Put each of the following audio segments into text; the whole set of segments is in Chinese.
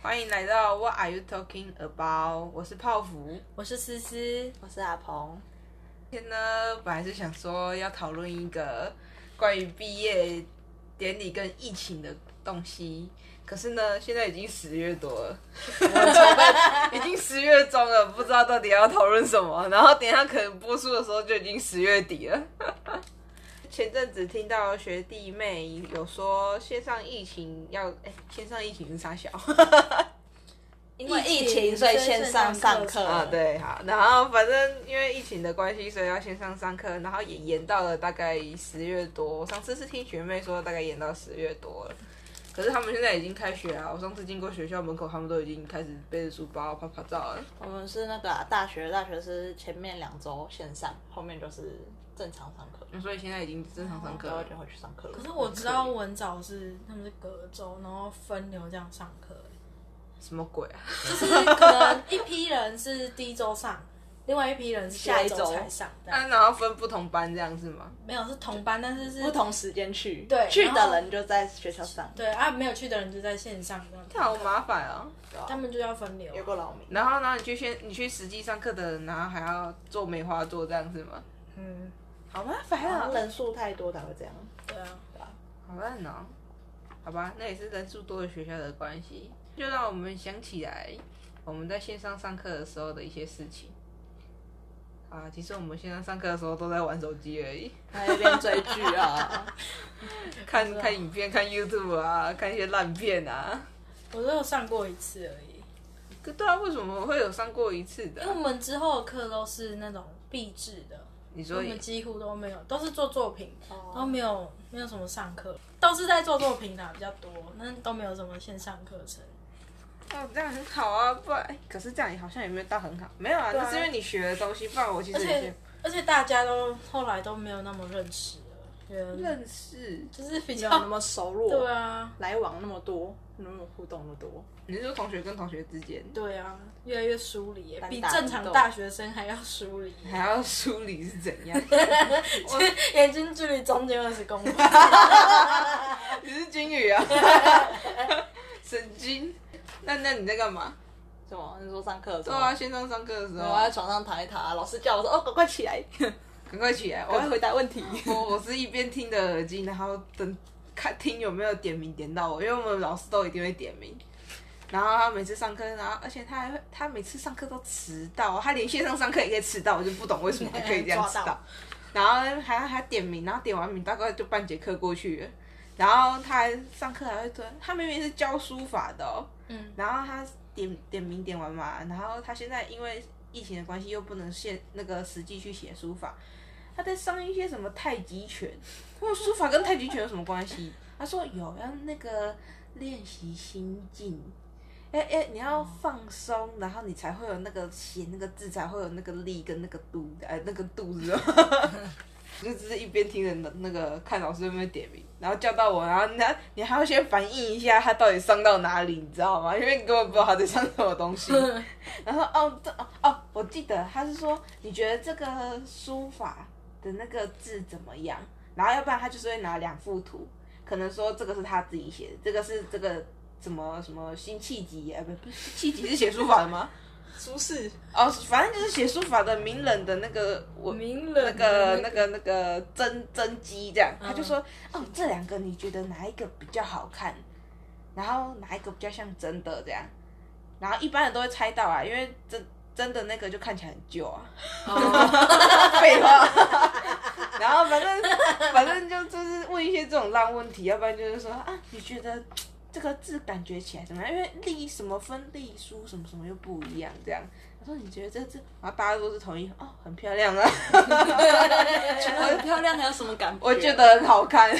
欢迎来到 What are you talking about？我是泡芙。我是思思，我是阿鹏，今天呢，本来是想说要讨论一个关于毕业典礼跟疫情的东西，可是呢，现在已经十月多了，我们筹备已经十月中了，不知道到底要讨论什么。然后等一下可能播出的时候就已经十月底了。 前阵子听到学弟妹有说线上疫情要，哎、线上疫情是啥小？因为为疫疫情情所所以以线线上上上上课课啊，，对，好，然后反正因为疫情的关系，所以要线上上课，然后也延到了大概十月多。我上次是听学妹说大概延到十月多了，可是他们现在已经开学啊。我上次经过学校门口，他们都已经开始背着书包拍拍照了。哦我们是那个啊、大学，大学是前面两周线上，后面就是正常上课，所以现在已经正常上课然后了。就会去上课了。嗯可可是我知道文藻是他们是隔周，然后分流这样上课，什么鬼啊？ 就是可能一批人是第一周上，另外一批人是第二周才上，这啊样然后分不同班这样是吗？没有是同班，但是是不同时间去，对去然后的人就在学校上，对啊，没有去的人就在线上这样好上课，麻烦啊！他们就要分流啊，有个劳民。然后，然后你去先你去实际上课的人，然后还要做梅花座这样是吗？嗯，好麻烦然啊后！人数太多才会这样，对啊，对 吧？好烂哦、好吧，那也是人数多的学校的关系，就让我们想起来我们在线上上课的时候的一些事情。啊，其实我们线上上课的时候都在玩手机而 已，还有一边追剧啊，看看影片、看 YouTube 啊，看一些烂片啊。我只有上过一次而已，可对啊，为什么会有上过一次的因为我们之后的课都是那种必制的，你我说们几乎都没有，都是做作品， 哦都没有没有什么上课，都是在做作品的比较多，那都没有什么线上课程。哦，这样很好啊，不然哎可是这样也好像也没有到很好，没有啊，啊那是因为你学的东西，不然我其实而也且而且大家都后来都没有那么认识了， 人认识。就是比没有那较么熟络，对，啊，来往那么多，那么互动那么多，你是说同学跟同学之间对啊，越来越疏离耶，单打比独斗正常大学生还要疏 离，还要梳理是怎样？ 眼睛距离中间二十公分。你是金鱼 啊，神经。那那你在干嘛？是吗？你说上课的时对候，啊，线上上课的时没候有我在啊，床上躺一躺啊，老师叫我说哦，赶快起 来，赶快起来。我赶快回答问题。我我是一边听的耳机，然后等看听有没有点名点到我，因为我们老师都一定会点名。然后他每次上课，然后而且他还会，他每次上课都迟到，他连线上上课也可以迟到，我就不懂为什么还可以这样 迟啊到抓到。然后还还点名，然后点完名大概就半节课过去了。然后他还上课还会说，他明明是教书法的、哦，嗯，然后他点点名点完嘛，然后他现在因为疫情的关系又不能现那个实际去写书法，他在上一些什么太极拳，我说书法跟太极拳有什么关系？他说有要那个练习心境。哎哎，你要放松，然后你才会有那个写那个字，才会有那个力跟那个度，哎，那个度是吧？ 就只是一边听人的那个看老师有没有点名，然后叫到我，然后你还你还要先反应一下他到底伤到哪里，你知道吗？因为你根本不知道他在伤什么东西。然后哦这哦哦，我记得他是说你觉得这个书法的那个字怎么样？然后要不然他就是会拿两幅图，可能说这个是他自己写的，这个是这个什么什么辛弃疾啊，不不是弃疾是写书法的吗？ 舒适，哦，反正就是写书法的名人的那个我名人那个啊的 那那个那个真真机这样，他就嗯说哦，这两个你觉得哪一个比较好看？然后哪一个比较像真的这样？然后一般人都会猜到啊，因为真真的那个就看起来很旧啊，废话。然后反正反正就就是问一些这种烂问题，要不然就是说啊，你觉得这个字感觉起来怎么样？因为隶什么分隶书什么什么又不一样，这样。我说你觉得这字，然后大家都是同意哦，很漂亮啊，我漂 亮还有什么感觉？ 我觉得很好看。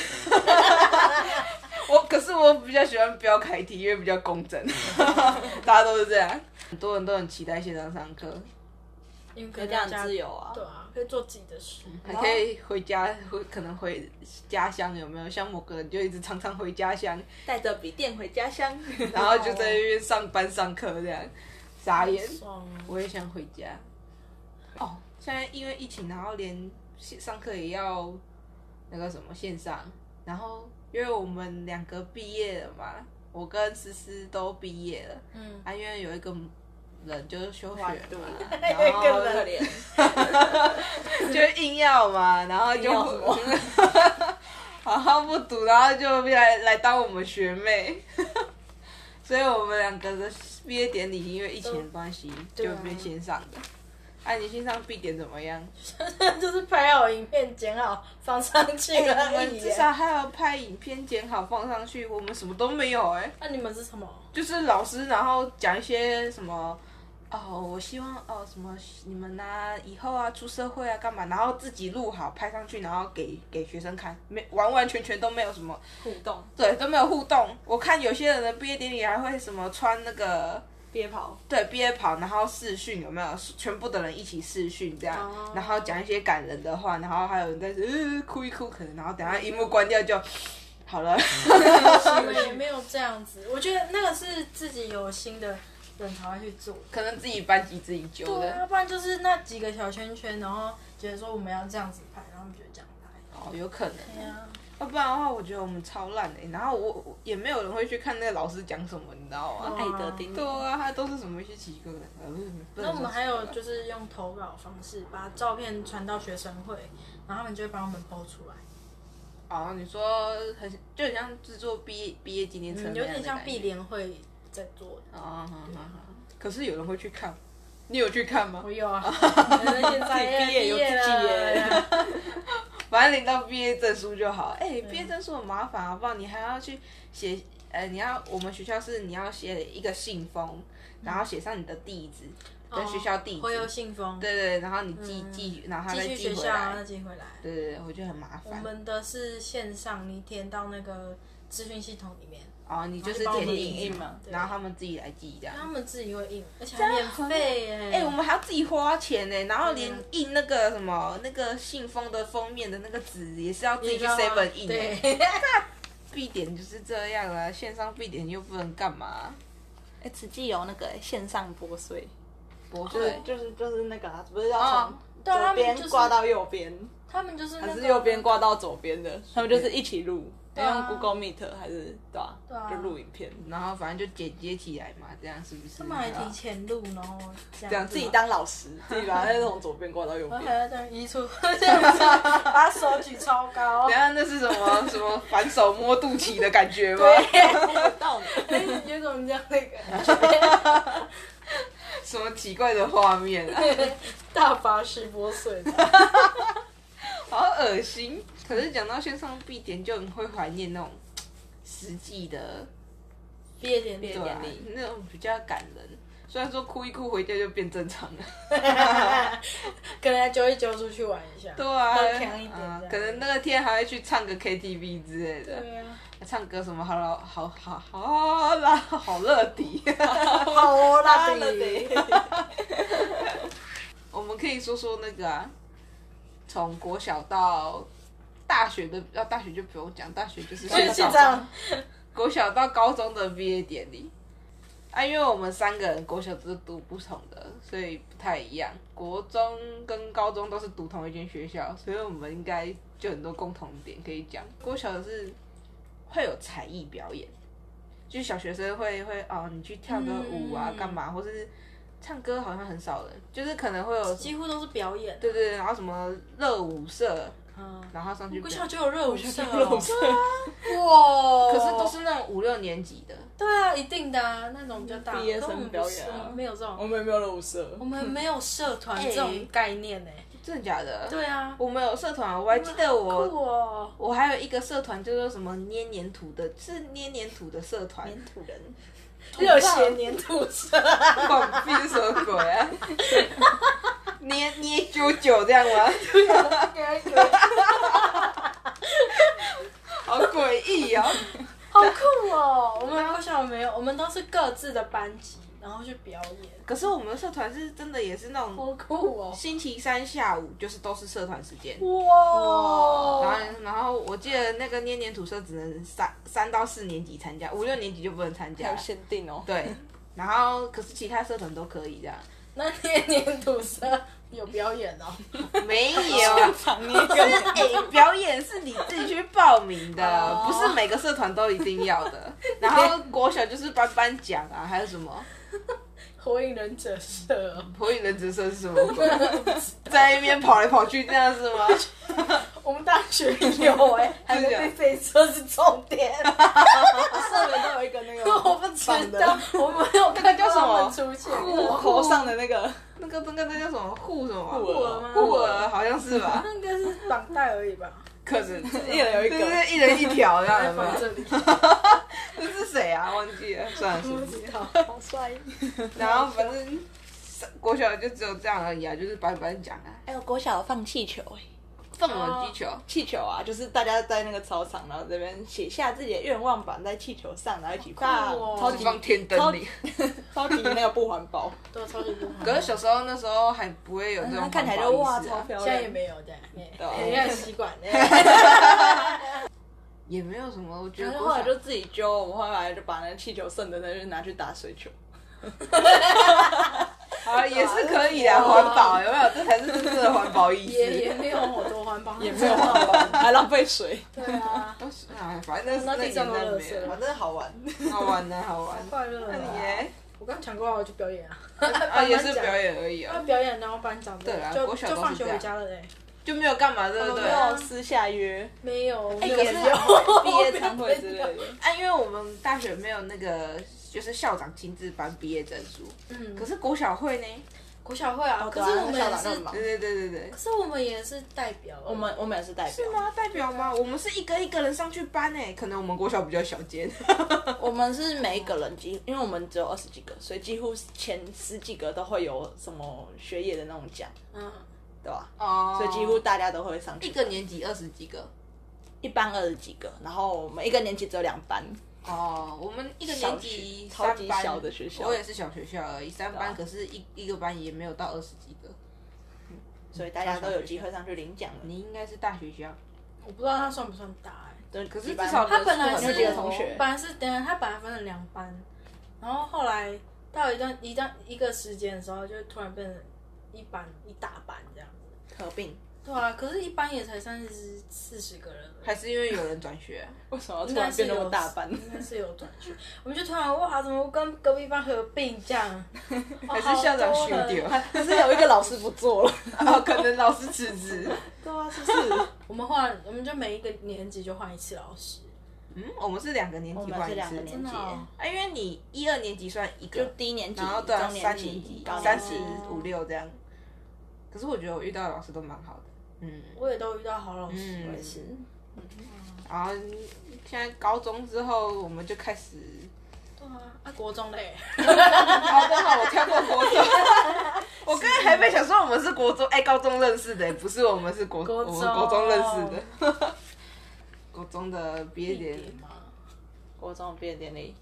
我可是我比较喜欢标楷体，因为比较工整，大家都是这样。很多人都很期待线上上课，因为可可以以这样大家自由嗯啊对啊，可以做自己的事。还可以回家，回可能回家乡有没有？像某个人就一直常常回家乡，带着笔电回家 乡，然后就在那边上班上课这样，傻眼。爽啊我也想回家。哦，现在因为疫情，然后连线上课也要那个什么线上，然后因为我们两个毕业了嘛，我跟思思都毕业了，嗯， 啊，因为有一个人就是休学嘛哇对， 然有一后个可人怜， 就硬要嘛，然后就硬要什么 好好不读，然后就来来当我们学妹， 所以我们两个的毕业典礼因为疫情的关系就对啊变线上的。哎、你线上必点怎么样？就是拍好影片剪好放上去哎我而们已至。少还要拍影片剪好放上去，我们什么都没有哎、那你们是什么？就是老师然后讲一些什么。哦，我希望哦什么你们呐、以后啊出社会啊干嘛，然后自己录好拍上去，然后给给学生看，没完完全全都没有什么，互动对，都没有互动。我看有些人的毕业典礼还会什么穿那个憋跑，对毕业袍，然后视讯有没有？全部的人一起视讯这样，哦然后讲一些感人的话，然后还有人在呃哭一哭，可能然后等下荧幕关掉就好了。我们也没有这样子，我觉得那个是自己有心的人才会去做。可能自己班级自己揪对啊，的，要不然就是那几个小圈圈，然后觉得说我们要这样子拍，然后我们就这样拍。哦，有可能。对啊呀、要不然的话，我觉得我们超烂的、然后我我也没有人会去看那个老师讲什么，你知道吗？哦爱德 丁对啊，他都是什么一些奇怪的。呃不是不能那我们说还奇怪有就是用投稿方式把照片传到学生会，然后他们就会帮我们剖出来，哦，你说很就很像制作毕业毕业纪念册嗯，那有样的感觉，点像毕联会在做哦。的。哦，好好好可是有人会去看，你有去看吗我？有啊，可能现在 自己毕业有自己了，反正领到毕业证书就好。哎、啊毕业证书很麻烦，好不好？你还要去写，呃，你要我们学校是你要写一个信封，嗯然后写上你的地址跟学校地址，会有哦信封，对对，然后你寄、寄，然后他再嗯寄去寄学回校，然后来再。寄回来。对对对，我觉得很麻我烦。们的是线上，你填到那个资讯系统里面，哦，你就是然后就帮我填影们印印嘛对然后他们自己来寄这样。他们自己会印，而且还免费耶、哎、我们还要自己花钱呢，然后连对啊印那个什么那个信封的封面的那个纸也是要自己去 seven 印的。对，必点就是这样啊，线上必点又不能干嘛？哎，慈济有那个哎线上剥碎，不就是会，就是就是那个啊，不是要哦从对啊他左们边就是挂到右边，他们就是那还个是右边挂到左边的，他们就是一起录，啊用 Google Meet 还是对吧对啊？就录影片，然后反正就剪接起来嘛，这样是不是？啊他们还提前录，然后这样自己当老师，自己把它从左边挂到右我边还。要这样 移出，这样子 把手举超高哦等一，下那是什么什么反手摸肚脐的感觉吗？到你， 有种这样那个什么奇怪的画面啊，大法师剥碎的，好恶心。可是讲到线上必点，就很会怀念那种实际的毕业典礼，毕业对啊典礼那种比较感人。虽然说哭一哭回家就变正 常了，可能还揪一揪出去玩一下，啊对啊，更强一点这啊样可能那个天还会去唱个 KTV 之类的，对啊，唱歌什么好老好好好啦，好乐迪。 哦好啦，对对，我们可以说说那个啊，从国小到大学的，要、大学就不用讲，大学就是 就是小这样，国小到高中的毕业典礼。啊，因为我们三个人国小都是读不同的，所以不太一样。国中跟高中都是读同一间学校，所以我们应该就很多共同点可以讲。国小是会有才艺表演，就是小学生会会哦，你去跳个舞啊，嗯干嘛，或是唱歌，好像很少人，就是可能会有几乎都是表演，对对，对然后什么热舞社，嗯，然后上去不表校演，就有热舞社热舞哦，社哇，可是都是那种五六年级的，对啊，一定的啊，那种比较大，毕业跟我生们 表不是演啊没有这种 我，们也没有舞社我，们没有社团这种概念呢、真的假的？对啊，我们有社团，我还记得我酷哦，我还有一个社团叫做什么捏黏土的，是捏黏土的社团，粘土人，热血粘土社，放屁是什么鬼 啊？捏捏九九这样吗？好诡异哦！好酷 哦！我们国小没有，我们都是各自的班级，然后去表演，可是我们的社团是真的也是那种好酷哦！星期三下午就是都是社团时间，然哇，后然后我记得那个捏黏土社只能三三到四年级参加，五六年级就不能参还加有。限 定哦。 对，然后可是其他社团都可以这样。那年年土社有表演哦，没现有。啊场你一个人哎、 表演是你自己去报名的哦，不是每个社团都一定要 的。然后国小就是颁颁奖啊，还有什么 火影忍者社 哦，火影忍者社是什么鬼？ 在那边跑来跑去这样是吗？我们大学 有哎、还有被飞车是重 点，社员都有一个 那个，我不知棒的道，我没有看叫什么过他们出现酷过。头上的那个 那个那个那叫什么护什么啊护耳吗护耳好像是吧？ 那应该是绑带而已吧， 可 是一人有一对对个，对，一人一条这样在有没放有？这里，这是谁啊？忘记了，算了，不算了知道。好帅。然后反正国小就只有这样而已啊，就是颁颁奖啊，还有国哎小放气球哎。放我击球。气球啊，就是大家在那个操场，然后这边写下自己的愿望，绑在气球上，然后一起放，酷哦超是级放天灯里，超级那个不环 保。都超级不好，可是小时候那时候还不会有这种嗯环看起来保就哇，意识超啊，漂亮。现在也没有这样，对啊很像吸管的， 也没有什么，我觉然得后国后小来就自己揪，我们后来就把那气球剩的那就拿去打水球。好了啊也是可以的，环保有没有？这才是真正的环保意 也识。也没有我多环保，也没有环保， 还浪费水， 对 啊，都是哎，反正那那是那地上年代都垃没圾有 了反正好玩。好玩呢，好玩。 快乐那啊。你耶？我刚讲过啊，我去表演啊， 啊，也是颁奖表演而已那啊，表演然后班长对啊就国小就都放是这学回样家了嘞，就没有干嘛，对不哦对？没 有私下约，没有，哎没可有是毕业餐会之类的。啊，因为我们大学没有那个，就是校长亲自颁毕业证书， 嗯，可是国小会呢？国小会啊，哦可对啊是我们校也长是干，嘛对对对对对可。是我们也是代表，我们我们也是代表，是吗？代表吗？我们是一个一个人上去搬诶，可能我们国小比较小间，我们是每一个人几，因为我们只有二十几个，所以几乎前十几个都会有什么学业的那种奖，嗯，对吧？ 哦，所以几乎大家都会上去。一个年级二十几个。一班二十几个，然后我们一个年级只有两班，哦，我们一个年级小学超级三班小的学校我也是小学校而已，三对班啊可是一一个班也没有到二十几个。所以大家都有机会上去领奖的。你应该是大学校，我不知道他算不算大哎，对，可是几班至少他本来人数是很有几个同学，本来是等一下他本来分成两班，然后后来到一段一段一个时间的时候，就突然变成一班一大班这样。合并，对啊，可是，一班也才三十四十个人而已，还是因为有人转学？为什么要应突该然是变那有么 大班？应该是有转学。我们就突然哇，怎么跟隔壁班合并这样？哦还是校长哦好休多人掉？可是有一个老师不做了，哦，可能老师辞职。对啊，是不是？我们换，我们就每一个年级就换一次老师，嗯，我们是两个年级我们换是一两个次，年真的级，哦啊，因为你一二年级算一就个，低年级，然后对啊，中三年年级级、高三年十级，五六这样。可是我觉得我遇到的老师都蛮好的，嗯，我也都遇到好老师。嗯我也是。然后现在高中之后我们就开始，对啊，啊，国中嘞，高中啊，我跳过国 中，我刚才还没想说我们是国中，哎、高中认识的，不是我们是国国中我们国中认识的， 国中的毕业典弟弟礼，嘛，国中毕业典礼，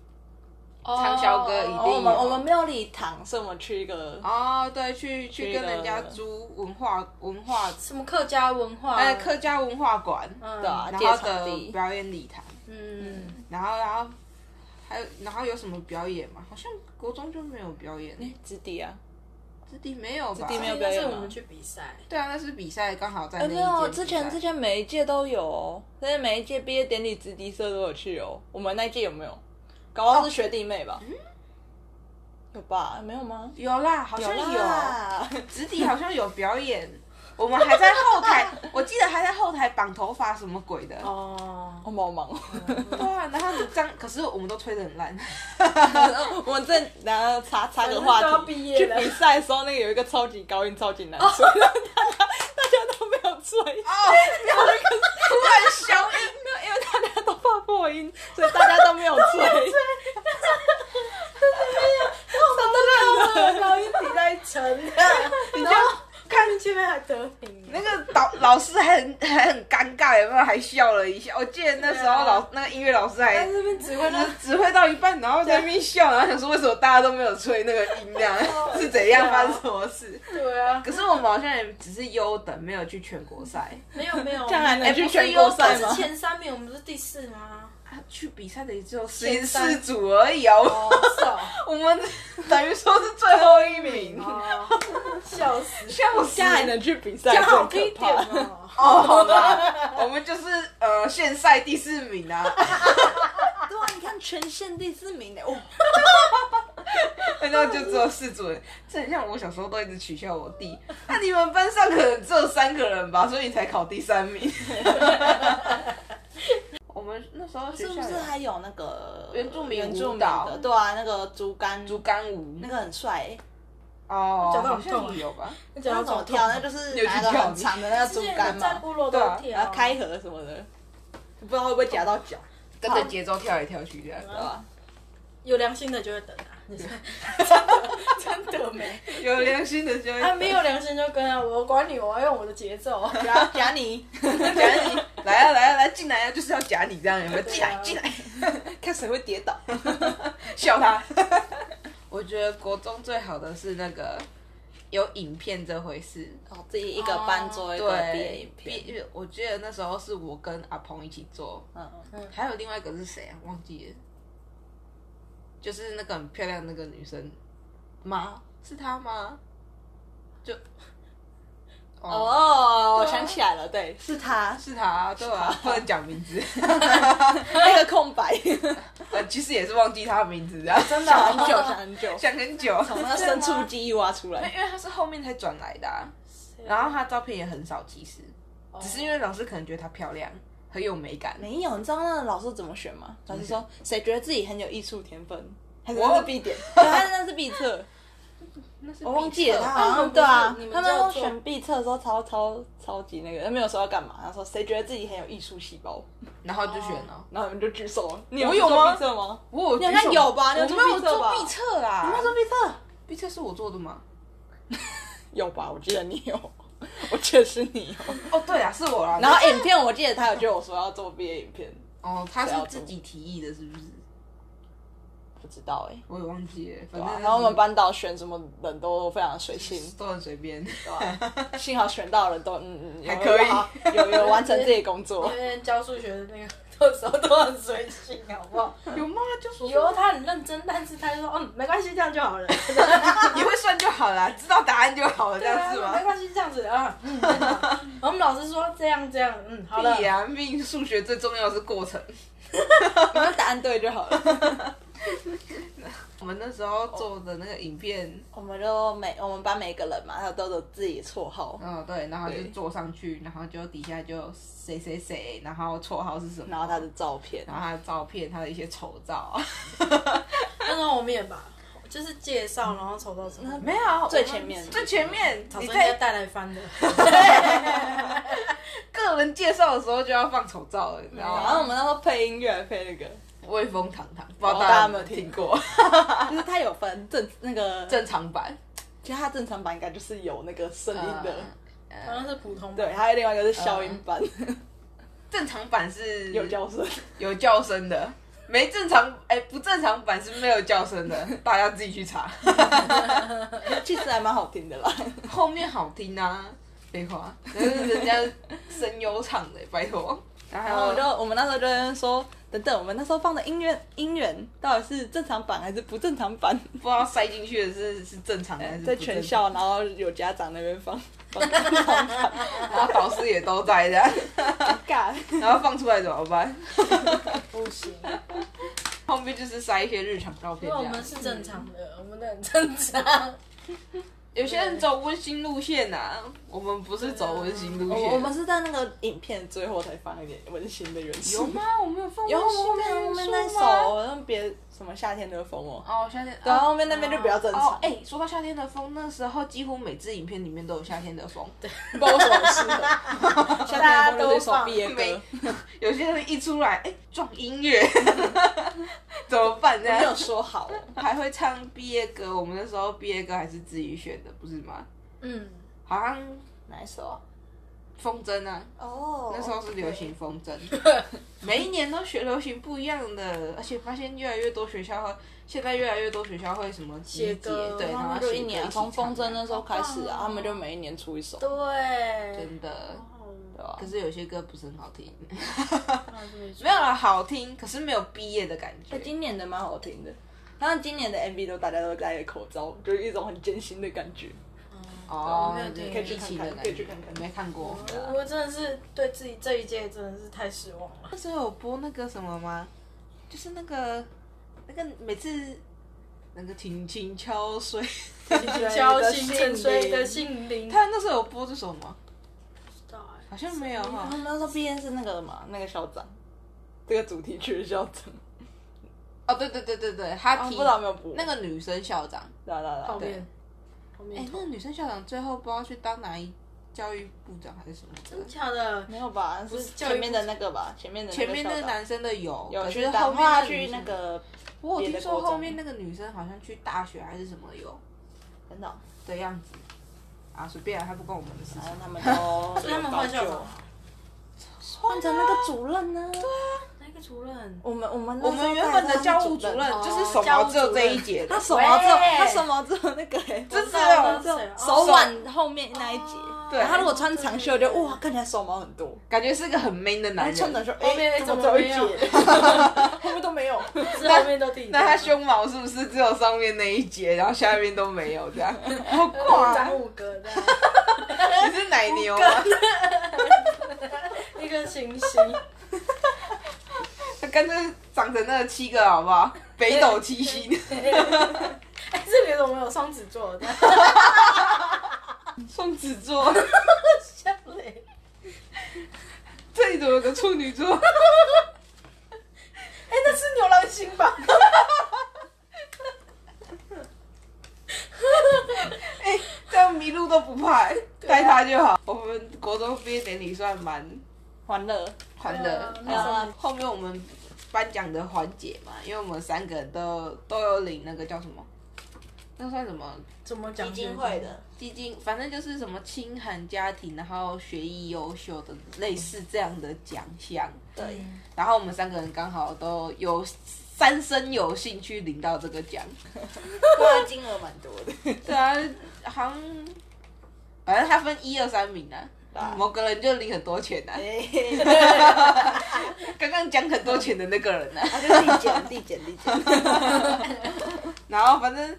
唱校歌一定哦，我有们我们没有礼堂，所以我们去一个哦，对，去去去嗯跟了人家租文化文化，什么客家文化，哎，客家文化馆，对嗯啊然借后场的地表演礼堂，嗯，然后然后还有然后有什么表演嘛？好像国中就没有表演，之地啊，子弟没有吧？子弟没有表但演哎是吗我们去比赛，对啊，那是比赛刚好在那一哎没届、有，之前之。前每一届都有哦，但是每一届毕业典礼直笛社都有去哦。我们那一届有没有？搞不好是学弟妹吧？有吧？没有吗？有啦，好像有，啦，子弟好像有表演，我们还在后 台，我记得还在后台绑头发什么鬼的，哦，我好忙哦。对啊，然后你这样，可是我们都吹得很烂， 我们正然后插插反个正都话要题，毕去业了比赛的时候，那个有一个超级高音、超级难吹，大家大家都没有吹，哦突然消音，因为大家都怕破音，所以大家都没有吹。高一比赛成， 你就。看前面还得名，那个导老师还很还很尴尬，有没有？还笑了一下。我记得那时候老、对啊那个音乐老师还在这边指挥他只指挥到一半，然后在那边笑，然后想说为什么大家都没有吹那个音量，是怎样发生什么事？对啊，哦可是我们好像也只是优等，没有去全国赛。没有没有，哦这样还能哎去不是全国优赛胜是吗？前三名，我们不是第四吗？啊去比赛的也只有十前三四组而已啊，我哦，是哦，我们 等于说是最后一名。哦，笑死，笑死！现在还能去比赛，讲好听真一可点怕。哦。哦，好啦，我们就是呃现赛第四名啊， 对啊，你看全县第四名的 哦，那就只有四组人。这很像我小时候都一直取笑我弟。那你们班上可能只有三个人吧，所以你才考第三 名。我们那时候学是校不是有还有那个原住民原住民舞蹈的？对啊，那个竹竿，竹竿舞那个很帅欸，哦，脚好好痛啊像有吧？你那讲怎到么跳？那就就是有去拿一个跳很长的那个竹竿在嘛，部落都对啊跳然啊，后开合什么的，不知道会不会夹到 脚，跟着节奏跳来跳去的，对吧？有良心的就会等啊，真的真的没有良心的就 会啊，没有良心就跟啊，我管你，我要用我的节 奏。 夹夹你， 夹你，来啊来啊来，进来啊，就是要夹你这样，有没有？进对来啊进来， 看谁会跌倒。笑他。 我觉得国中最好的是那个有影片这回事，哦，自己一个班做一个毕业对影，片，毕我记得那时候是我跟阿鹏一起做，嗯，还有另外一个是谁啊？忘记了，就是那个很漂亮的那个女生吗？是她吗？就 哦，哦，我想起来了，对，是他，是她，对啊，不能讲名字， 那个空白，呃，其实也是忘记她的名字，然后哦真想 很久，想 很久，想很久，从那深处记忆挖出因为来。因为他是后面才转来的、啊，然后他照片也很少，其实只是因为老师可能觉得她漂亮，很有美感。没有，你知道那个老师怎么选吗？老师说谁觉得自己很有艺术天分，还是我那是必 点，对他那是必测，那是 我忘记了，必他测那好你们像不对啊是你，们他这们样要做选必测的时候超超超级那个，他没有说要干嘛，他说谁觉得自己很有艺术细胞，然后就选了。然后你们就举手了。你我去有做吗必测吗？我有你好举手像有吧我你没有做有必测做吧必测啦。他说必测必测是我做的吗？有吧？我记得你 有，我记得是你有。哦，对啊，是我啦。然后影片，我记得他有叫我说要做毕业影片，哦，他谁要是做自己提议的，是不是？不知道哎、我也忘记了，反对正啊就是然后我们班导选什么人都非常随性，都很随 便。对吧、幸好选到了都嗯嗯，有还可以有有有完成自己的工 作哦因，为教数学的那个，到时候都很随性，好不好？有吗？就说 有 啊他很认真，但是他就说，嗯，没关系，这样就 好了。你会算就好啦，知道答案就好了，这对啊样是没吗？关系，这样子啊。嗯，真的然后我们老师说这样这样，嗯，啊好了必。然，毕竟数学最重要的是过程。你们答案对就好了。我们那时候做的那个影片， 我们就每我们班每个人嘛，他都有自己的绰号，嗯，对，然后就对坐上去，然后就底下就谁谁谁，然后绰号是什么，然后他的照片，然后他的照片，他的一些丑照。那时候我们也吧，就是介绍，然后瞅到什么， 没有，最我们嗯前面最前面，早你知道应该在带来翻 的。个人介绍的时候就要放丑照了，你知道然后我吗？们那时候配音乐配那个， 威风堂堂，不知哦道大家有没有听过就是他有分正那个，正常版？其实他正常版应该就是有那个声音的，嗯好像是普通对，版，还有另外一个是消音版，正常版是 有叫声。有叫声的，没正常哎、不正常版是没有叫声的，大家自己去查。其实还蛮好听的 啦。后面好听啊，废话，那是人家声优唱的、拜托。然然后后我就我们那时候就在那边说，等等，我们那时候放的音乐音源到底是正常版还是不正常版？不知道塞进去的是是正常的还是不在正常全，校，然后有家长那边放 放正常版，然后导师也都在的，尴尬。然后放出来怎么办？不行，后面就是塞一些日常照因片为这我样们。是正常的，我们的很正常。有些人走温馨路线呐、啊，我们不是走温馨路线。我我们是在那个影片最后才放一点温馨的元有素。吗？我们有放有温馨后的面后面那元素首吗像别什么夏天的风哦，哦，夏天。然后哦后面那边就比较正哦常，。哎、说到夏天的风，那时候几乎每支影片里面都有夏天的风。对， 不知道为什么很适合。 夏天的风就是一首毕业每歌，有些人一出来，哎、撞音乐， 怎么办呢没？有说好哦。还会唱毕业歌，我们那时候毕业歌还是自己选的，不是吗？嗯，好像哪一首啊？风筝啊，哦，那时候是流行风 筝，每一年都学流行不一样的，而且发现越来越多学校会，现在越来越多学校会什么集写结，歌对，然然他后们就写一歌年啊起唱从啊风筝那时候开始好棒啊哦，他们就每一年出一首。对，真的，哦对吧可？是有些歌不是很好听， 没啊没有啦，好听，可是没有毕业的感觉。哎今年的蛮好听的，他们今年的 MV 都大家都戴着口罩，就是一种很艰辛的感觉。哦，没有听对可以去疫情看的感看可觉以去看看没看过。我我真的是对自己这一届真的是太失望了。那时候有播那个什么吗？就是那个那个每次那个轻轻敲碎，交心沉睡的心灵， 他那时候有播这首吗？好好像没有哈他。们那时候毕业是那个嘛，那个校长，这个主题曲的校长，哦，对对对对对，他啊不提知道有没有播那个女生校长，啦啦啊啦，后对，面后哎面，那个女生校长最后不知道去当哪一教育部长还是什么真的。假的？没有吧？是前面的那个吧？前面的前面那个个校长男生的有，有可去是打后后来面去那女生，个我有别的听说国中后面那个女生好像去大学还是什么有真的，的样子。啊，随便啊，还不关我们的事反正情。他们都所以他们换校有长吗，造换成那个主任呢？对啊，哪一个主任？我们我们我们原本的教务主任就是手毛只有这哦一节的他，手毛只有喂他手毛只有那个欸，这是我知有道谁哦手腕后面那一节。对然后他如果穿长袖，就对对对哇，看起来手毛很多。感觉是个很 man 的然男后人穿短。袖，后面哎，怎怎么么只有一没有节？ 后面都没有。是啊后面都第一。那他胸毛是不是只有上面那一节，然后下面都没有这样？好哇，怪啊长！五个的，你是奶牛啊吗？一个行星， 他干脆长成那个七个好不好？北斗七星。哎，这里怎么有双子座 的？双子座，吓嘞！这里怎么有个处女座？哎，那是牛郎星吧？哎、这样迷路都不怕、欸，带他就好。我们国中毕业典礼算蛮欢乐，欢对乐啊，然后那后面我们颁奖的环节嘛，因为我们三个人都都有领那个叫什么，那算什么 怎么讲？基金会的，基金，反正就是什么清寒家庭，然后学艺优秀的类似这样的奖项。对，然后我们三个人刚好都有三生有幸去领到这个奖。对啊，金额蛮多 的。 对啊，好像反正他分一二三名啊，某个人就领很多钱啊，哎刚刚讲很多钱的那个人啊，他就递减，递减，递 减。 然后反正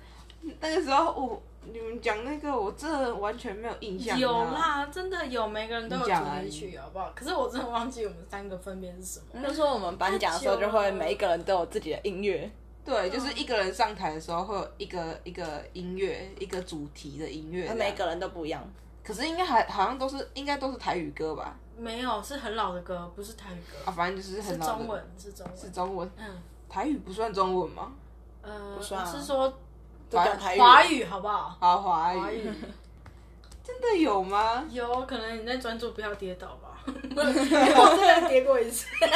那个时候我你们讲那个我真的完全没有印象、啊，有，啦，真的有，每个人都有你主讲啊题曲，好不好？可是我真的忘记我们三个分别是什么。就说我们颁奖的时候，就会每一个人都有自己的音乐，对，就是一个人上台的时候会有一个一个音乐一个主题的音乐，每一个人都不一样。可是应该还好像都是应该都是台语歌吧，没有，是很老的歌，不是台语歌，啊，反正就是是很老的中文，是中文，是中文，嗯，台语不算中文吗？呃，不算啊我是说就讲台语，华语好不好？好，华华语 语真的有 吗？有可能你在专注不要跌倒吧，我真的跌过一次，真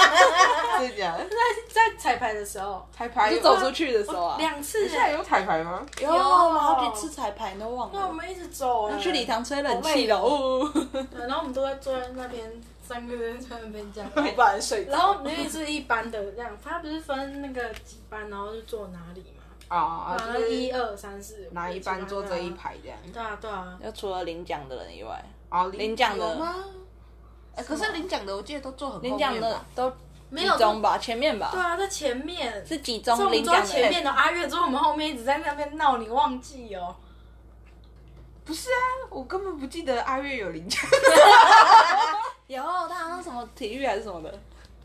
的假的？在彩排的时候彩排就有走出去的时候啊，两次现在有彩排吗？有我们好几次彩排你都忘那我了。们一直走欸，去礼堂吹冷气了，哦，对，然后我们都在坐在那边，三个人在那边这样。不然睡然后明明是一班的这样，他不是分那个几班，然后就坐哪里嘛？啊，就然后一是二三四，哪一班坐这一排？排这样。对啊，对啊，就除了领奖的人以外，啊，领奖的有吗？哎可是领奖的我记得都坐很后面领奖的吧都没集有中吧，前面对吧，啊，在前面。是集是我中们领坐在奖前的。面的阿月，坐我们后面一直在那边闹，你忘记哦？不是啊，我根本不记得阿月有领奖，有他好像什么体育还是什么 的，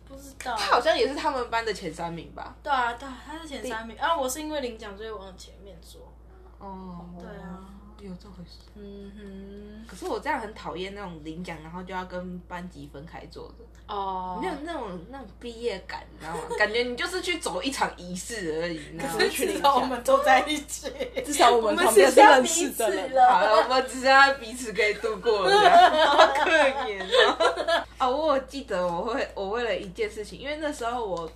不知道。 他好像也是他们班的前三名吧？对啊，对啊，他是前三名啊，我是因为领奖，所以我往前面坐。哦，对啊，有这回事。嗯可是我这样很讨厌那种领奖，然后就要跟班级分开坐的，哼，哦，没有那种那种毕业感，你知道吗？感觉你就是去走一场仪式而已，你知道吗？去领奖坐在一起，至少我们旁边是认识的人。好了，我们只剩下彼此可以度过了，好可怜哦。啊、我有记得我会，我为了一件事情，因为那时候我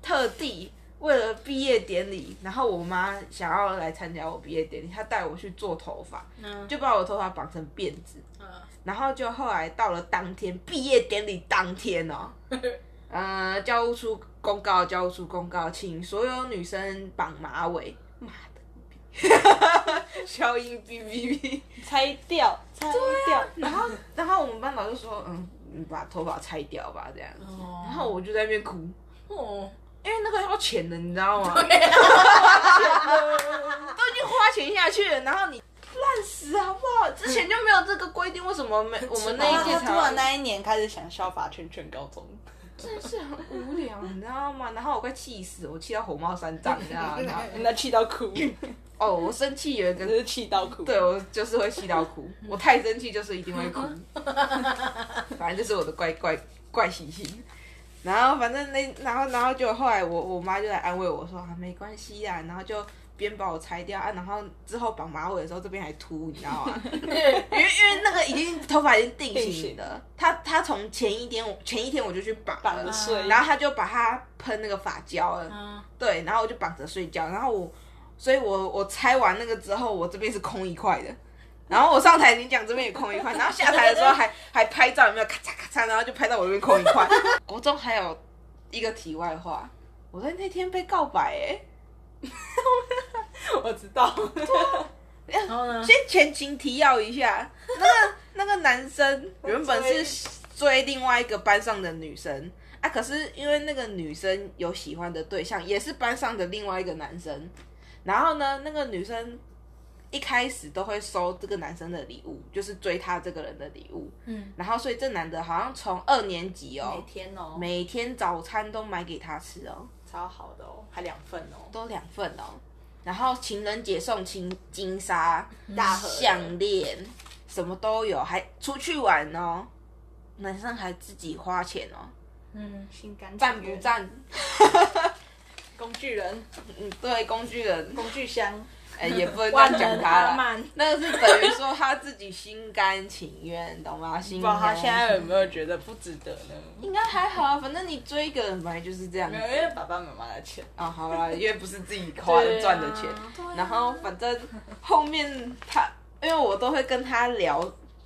特地为了毕业典礼，然后我妈想要来参加我毕业典礼，她带我去做头发，嗯，就把我头发绑成辫子，嗯然后就后来到了当天毕业典礼当天 哦，呃，教务处公告，教务处公告，请所有女生绑马尾。妈的，消音哔哔哔。拆掉，拆掉。啊然后，然后我们班导就说，嗯，你把头发拆掉吧，这样子。哦然后我就在那边哭，哦，因为那个要钱的，你知道吗？ 都已经花钱下去了，然后你烂死好不好？之前就没有这个规定，为什么没我们那一届他才 突然那一年开始想效法圈圈高 中，真是很无聊，你知道吗？然后我快气死，我气到火冒三丈，你知道吗？ 那气到哭，哦，我生气有一个真是气到哭。对，我就是会气到哭，我太生气就是一定会哭， 反正就是我的怪怪怪习性。然后反正那，然后然后就后来我我妈就来安慰我说啊没关系啊，然后就边把我拆掉啊，然后之后绑马尾的时候这边还秃，你知道吗？ 因为因为那个已经头发已经定定型型了，他他从前一天前一天我就去绑绑了着睡然后他就把它喷那个发胶了，嗯，对，然后我就绑着睡觉，然后我，所以我我拆完那个之后，我这边是空一块的，然后我上台领奖这边也空一块，然后下台的时候还还拍照，有没有咔嚓咔嚓，然后就拍到我这边空一块。国中还有一个题外话，我在那天被告白哎、我知道，啊然后呢？先前情提要一下，那个 那个男生原本是追另外一个班上的女生啊，可是因为那个女生有喜欢的对象，也是班上的另外一个男生，然后呢，那个女生一开始都会收这个男生的礼物，就是追他这个人的礼物，嗯，然后所以这男的好像从二年级哦，天哦每天早餐都买给他吃哦，超好的哦，还两份哦，都两份哦。然后情人节送金金沙、大嗯盒的项链，什么都有，还出去玩哦。男生还自己花钱哦，嗯，心甘赞不赞？工具人，嗯，对，工具 人，工具箱，哎、也不能这万样能讲阿他啦。曼，那个是等于说他自己心甘情愿，懂吗？不心知道甘。他现在有没有觉得不值得呢？应该还好啊，反正你追一个人本来就是这样子没有，因为爸爸妈妈的钱。啊，好啦，因为不是自己花的对啊赚的钱，然后反正后面他，因为我都会跟他聊，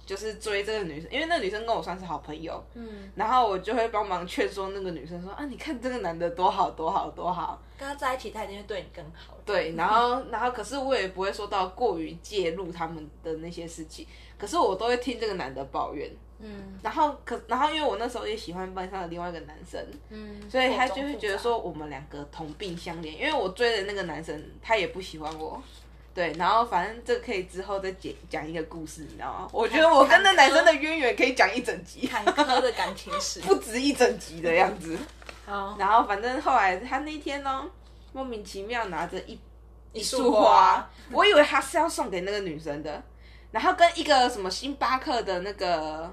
就是追这个女生，因为那个女生跟我算是好朋友，嗯，然后我就会帮忙劝说那个女生说啊，你看这个男的多好多好多好，跟他在一起，他一定会对你更好。对，然后然后可是我也不会说到过于介入他们的那些事情，可是我都会听这个男的抱怨，嗯，然后可然后因为我那时候也喜欢班上的另外一个男生，嗯，所以他就会觉得说我们两个同病相怜，因为我追的那个男生他也不喜欢我，对，然后反正这可以之后再讲讲一个故事，你知道吗？我觉得我跟那男生的渊源可以讲一整集，坎坷的感情 史，不止一整集的样子。好，然后反正后来他那天呢，莫名其妙拿着一一束束花花，我以为他是要送给那个女生的，然后跟一个什么星巴克的那个。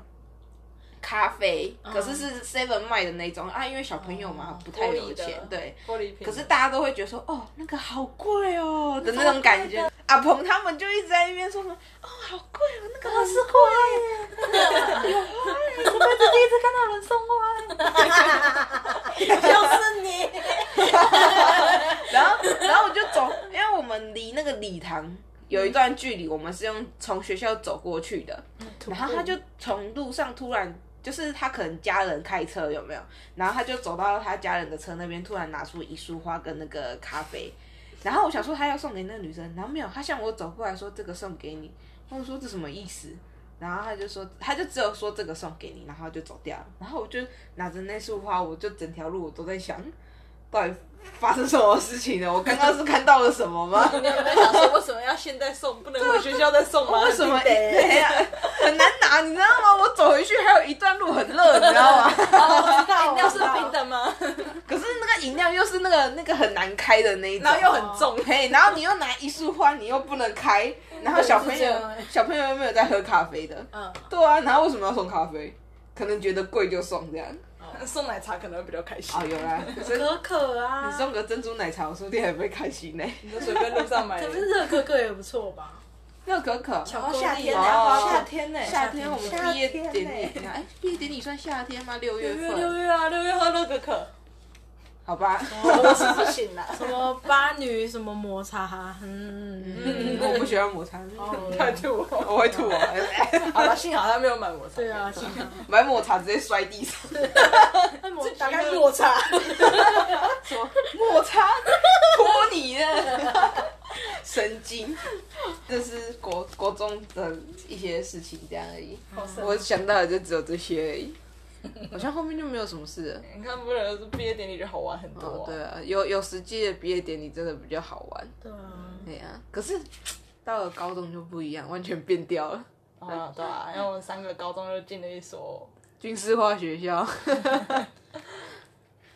咖啡，可是是 Seven 卖的那种、啊，因为小朋友嘛、哦不太玻有璃的钱，对，玻璃瓶。可是大家都会觉得说，哦，那个好贵哦的那种感 觉。阿鹏他们就一直在那边说什么，哦，好贵哦，那个好是贵 耶，有花耶，欸我们第一次看到有人送花。就是 你，然后，然后我就走，因为我们离那个礼堂有一段距离，我们是用从学校走过去的。然后他就从路上突然，就是他可能家人开车有没有？然后他就走到他家人的车那边，突然拿出一束花跟那个咖啡。然后我想说他要送给那个女生，然后没有，他向我走过来说这个送给你。我说这什么意思？然后他就说，他就只有说这个送给你，然后就走掉了。然后我就拿着那束花，我就整条路我都在想，到底发生什么事情了？我刚刚是看到了什么吗？你有没有想说为什么要现在送，不能回学校再送吗？ 为什么？对呀、很难拿，你知道吗？我走回去还有一段路很热，你知道吗？饮料是冰的 吗？ 可是那个饮料又是那个那个很难开的那一种，然后又很重，嘿，然后你又拿一束花，你又不能开，然后小朋这友样欸小朋友又没有在喝咖啡的，嗯，对啊，然后为什么要送咖啡？可能觉得贵就送这样。送奶茶可能会比较开心哦，。有 啦，可是可可啊，你送个珍珠奶茶，我说不定还不会开心呢、你就随便路上买。哦可是热可可也不错吧？热可可，巧克力夏天啊啊，夏天呢夏天我们毕业典夏天欸礼，哎，毕业典礼算夏天吗？六月六月六份？月啊，六月喝热可可，好吧。哦我是不行啦。什么八女什么摩擦，嗯，嗯，哦我不喜欢抹茶， 太吐了。我会吐哦。 好了，幸好他没有买我。对啊，幸好 买抹茶直接摔地上，那摩当当抹茶，说抹茶拖你了， 神经。这是国国中的一些事情，这样而已。好 神我想到的就只有这些而已。好像后面就没有什么事了。你看，不然是毕业典礼就好玩很多、哦，对，啊，有有实际的毕业典礼真的比较好玩。对啊，对呀、可是到了高中就不一样，完全变掉了。啊，对啊，因为我们三个高中就进了一 所，军事化学校，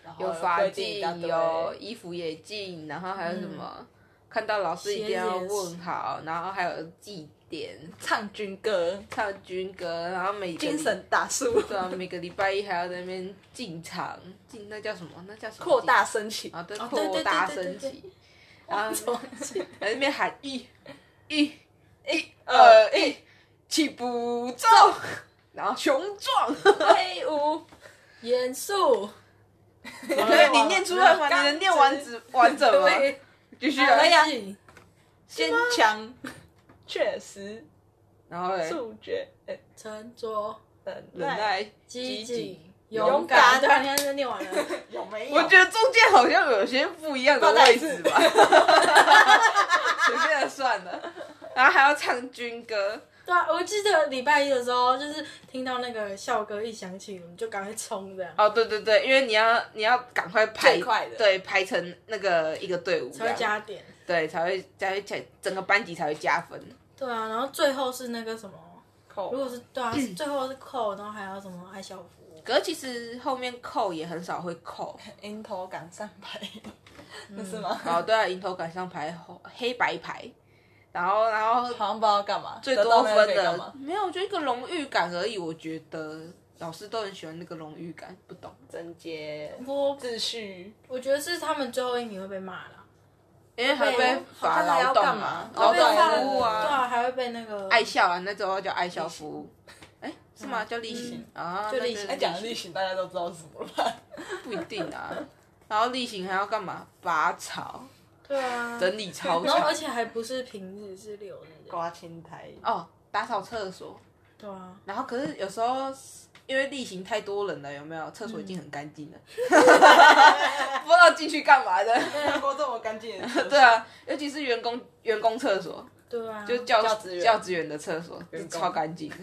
然后有法规定一纪，大堆嗯有衣服也禁，然后还有什么？看到老师一定要问好，然后还有祭典、唱军歌，唱军歌，然后每个礼精神大树，对啊，每个礼拜一还要在那边进场进那叫什么？那叫什么？扩大申请，啊，对，哦对扩大对对对升对旗，然后在那边喊一、一、一二、一，气不重，然后雄壮哎 威武。严肃，可是你念出来吗？你能念完整完整吗？继续啊可以啊先坚强，确实，然后嘞，速决，哎沉着、忍忍耐，耐。激进 进、啊勇勇敢。敢对啊，你看这念完了，有没有？我觉得中间好像有些不一样的位置吧，随便的算 了。然后还要唱军歌， 对啊，我记得礼拜一的时候，就是听到那个校歌一响起，我们就赶快冲这样，哦，对对对，因为你要你要赶快排最快的对，排成那个一个队伍这才样，会加点。对，才会才会才整个班级才会加分。对啊，然后最后是那个什么，扣如果是对啊， 是最后是扣，然后还有什么爱校服，可是其实后面扣也很少会扣，迎头赶上牌，那是吗？然后都要迎头赶上牌，红黑白牌，然后然后好像不知道干嘛，最得到多那分个可以干的嘛没有，就一个荣誉感而已。我觉得老师都很喜欢那个荣誉感，不懂，贞洁、我秩序，我觉得是他们最后一名会被骂啦，因为还被好罚像还劳要动干啊嘛，，劳还要被罚动服务对啊，啊，还会被那个爱校啊，那时候叫爱校服务。哎，是吗？叫例行啊，就那例行就哎，讲的例行大家都知道是什么了吧？不一定啊。 然后例行还要干嘛？拔草、对啊，整理 操然后场而，且还不是平日是六日，刮青苔，哦，打扫厕所。对啊，然后可是有时候因为例行太多人了，有没有？厕所已经很干净 了， 不知道进去干嘛的。看哎过这么干净的厕所对，啊，尤其是员工员工厕所，对啊，就教教职员教职员的厕所员是工超干净的。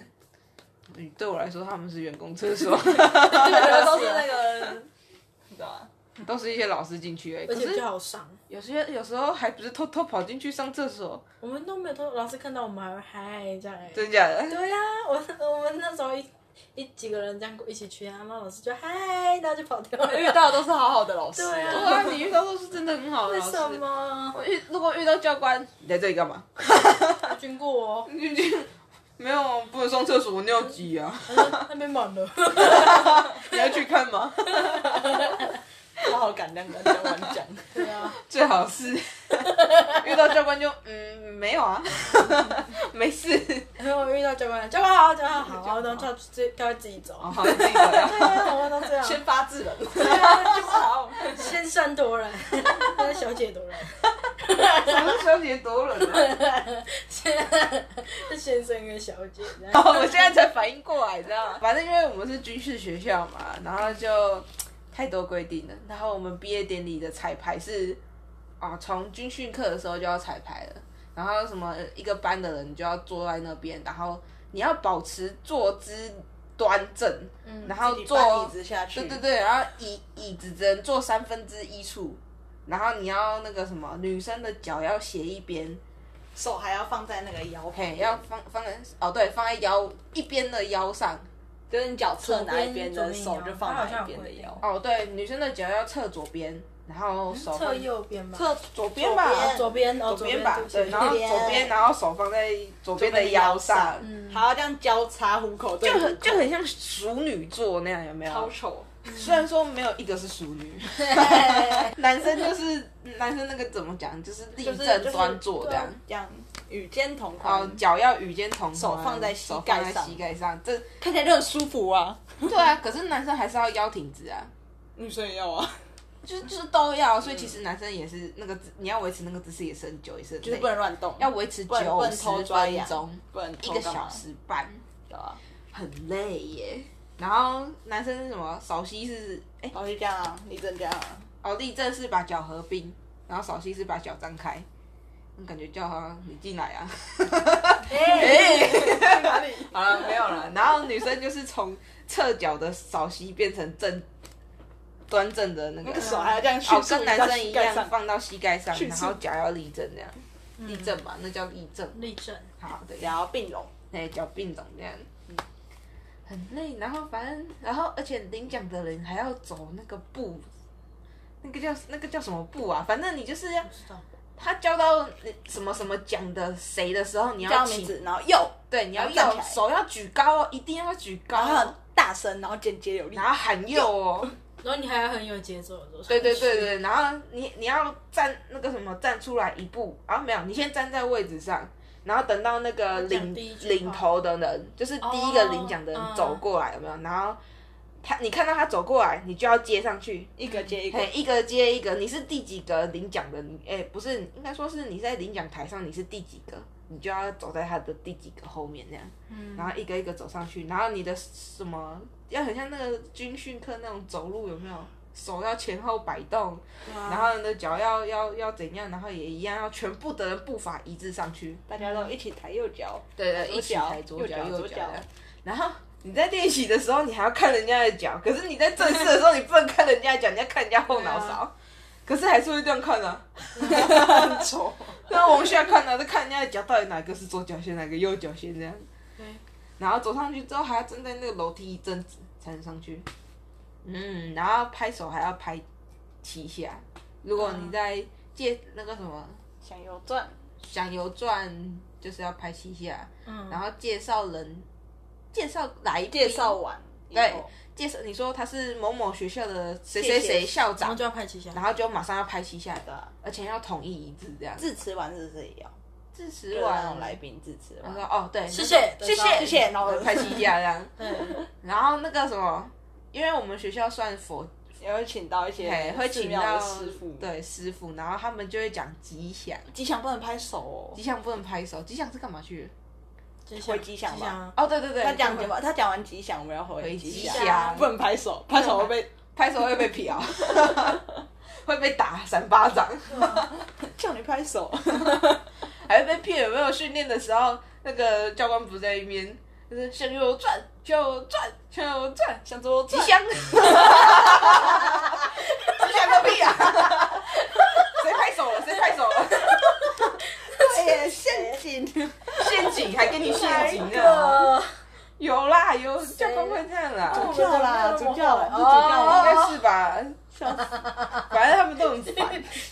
嗯，对我来说，他们是员工厕所， 对，啊都是那个， 你知道吗？ 都是一些老师进去而已。而可且比是较好上，有些有时候还不是偷偷跑进去上厕所，我们都没有偷，老师看到我们还会嗨这样哎、真假的？对呀、啊我我们那时候一一几个人这样一起去啊，然后老师就嗨，然后就跑掉哎了。遇到都是好好的老师，对啊对啊，你遇到都是真的很好的为老师。什么？遇如果遇到教官，你在这里干嘛？经过我，没有，不能上厕所，我尿急啊！他说那边满了。你要去看吗？好好感量跟教官讲，对啊，最好是遇到教官就嗯没有啊，没事，然后我遇到教官，教官好，教官好，然后然后他自己他会自己走。哦，好，你自己走啊对啊，我们都这样。先发制人，好，先善夺人，先小姐夺人， 什么小姐多冷啊！是先生跟小姐这然样。后哦我现在才反应过来，你知道吗？反正因为我们是军事学校嘛，然后就太多规定了。然后我们毕业典礼的彩排是啊，从军训课的时候就要彩排了。然后什么一个班的人就要坐在那边，然后你要保持坐姿端正，嗯然后自己坐搬椅子下去对对对，然后椅椅子只能坐三分之一处，然后你要那个什么，女生的脚要斜一边，手还要放在那个腰嘿，旁，要放放在哦对，放在腰一边的腰上。就是你脚侧哪一边左的边手就放哪一边的它好像有腰，哦对，女生的脚要侧左边，然后手侧放右边嗯吧，侧左边吧，左边哦，左边吧，对，对不起然后左边，然后手放在左边的腰上，嗯还要这样交叉虎口对就虎口，很就很像熟女座那样，有没超有？丑，虽然说没有一个是熟 女，男生就是男生那个怎么讲，就是立就是正端坐对啊这样，这样与肩同然后宽，脚要与肩同宽，手放在膝手盖放在上膝盖上，这看起来就很舒服啊。对啊，可是男生还是要腰挺直啊。女生也要啊，就是就是都要，所以其实男生也是那个姿，你要维持那个姿势也是很久，嗯也是很累就是不能乱动，要维持不能九不十能偷抓分痒钟，不能一偷个干嘛小时半，对啊，很累耶。然后男生是什么？扫膝是哎，然后就这样啊，立正这样啊，哦，立正是把脚合并，然后扫膝是把脚张开。那感觉叫他你进来啊， 哎，哪里？ 好了，没有了。然后女生就是从侧脚的扫膝变成正端正的那个那个手还要这样迅哦，速跟移到男生一膝盖样上放到膝盖上，嗯迅然速后脚要立正这样，立正吧，那叫立正。立正，好，对，然后并拢。哎，脚并拢这样，嗯很累。然后反正，然后而且领奖的人还要走那个步，那个叫那个叫什么步啊？反正你就是要不知道。他交到什么什么奖的谁的时候，你叫要名起字，然后右，对，你要然后站起右来手要举高哦，一定要举高然后很哦，大声，然后简洁有力然。后喊右 哦。然后你还要很有节奏，对对对，对，然后你你要站那个什么站出来一步，啊没有，你先站在位置上，然后等到那个领讲第一句话领头的人，就是第一个领奖的哦人嗯走过来，有没有？然后他你看到他走过来，你就要接上去，一个接一个嘿，，一个接一个，你是第几个领奖的？你哎，不是，应该说是你在领奖台上你是第几个，你就要走在他的第几个后面那样，嗯然后一个一个走上去，然后你的什么要很像那个军训课那种走路有没有？手要前后摆动，然后你的脚要要要怎样，然后也一样要全部的人步伐一致上去，大家都一起抬右脚，对对，左一起脚抬左右脚脚右左脚脚的。然后你在练习的时候，你还要看人家的脚，可是你在正式的时候，你不能看人家的脚，你要看人家后脑对勺。可是还是会这样看啊，很丑。 那往下看啊，就看人家的脚到底哪个是左脚先，哪个右脚先这样。对然后走上去之后，还要站在那个楼梯一阵子才能上去。嗯，然后拍手还要拍七下。如果你在借那个什么想右转，想游转，就是要拍七下。嗯，然后介绍人，介绍来介介绍完以对后，介绍，你说他是某某学校的谁谁谁校然后长，就要拍旗下，然后就马上要拍旗下的，的而且要统一一致这样。致辞完是不是也要？致辞就那完种来，宾致辞哦我说完，哦对，谢谢谢得到谢啊谢谢，然后拍旗下这样。对，然后那个什么，因为我们学校算佛，也会请到一些哎，会寺请庙的到师傅。，对师傅，然后他们就会讲吉祥，吉祥不能拍手哦吉。祥不能拍手，吉祥是干嘛去的？吉回吉祥吧啊，哦对对对，他讲什么？他讲完吉祥，我们要回回吉吉祥祥不，能拍手，拍手会被 拍手会被嫖， 会被打三巴掌。叫你拍手。还被骗有没有训练的时候，那个教官不在一边，就是向右转，向右转，向右转，向左吉转，祥，吉祥个屁啊！ 谁拍手了？谁拍手了？耶，陷阱。陷阱还给你陷阱呢？个有啦，有教官会这样啦。主教啦，啊主教啦，是主教应啦，该是吧，笑死。反正他们都很烦。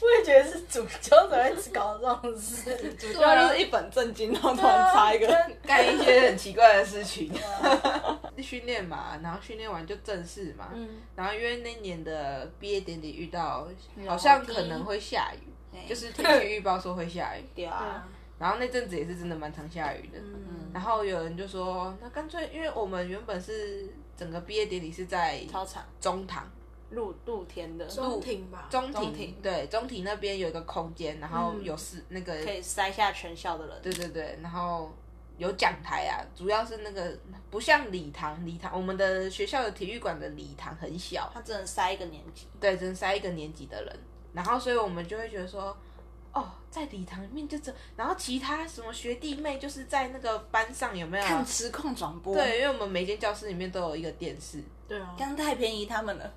我也觉得是主教怎么会搞这种事？主啊主教就是一本正经，然后突然插一个。干一些很奇怪的事情，啊 训练嘛，然后训练完就正式嘛，嗯然后因为那年的毕业典礼遇到，嗯好像可能会下雨，对就是天气预报说会下雨，对对啊啊，然后那阵子也是真的蛮常下雨的。嗯，然后有人就说，那干脆，因为我们原本是整个毕业典礼是在操场中堂露露天的，中庭吧，中庭，中庭对中庭那边有一个空间，然后嗯有是、那个，可以塞下全校的人。对对对，然后有讲台啊，主要是那个不像礼堂，礼堂我们的学校的体育馆的礼堂很小，他只能塞一个年级，对，只能塞一个年级的人。然后，所以我们就会觉得说，哦，在礼堂里面就这，然后其他什么学弟妹就是在那个班上有没有啊？看实况转播。，对，因为我们每间教室里面都有一个电视，对啊，刚太便宜他们了。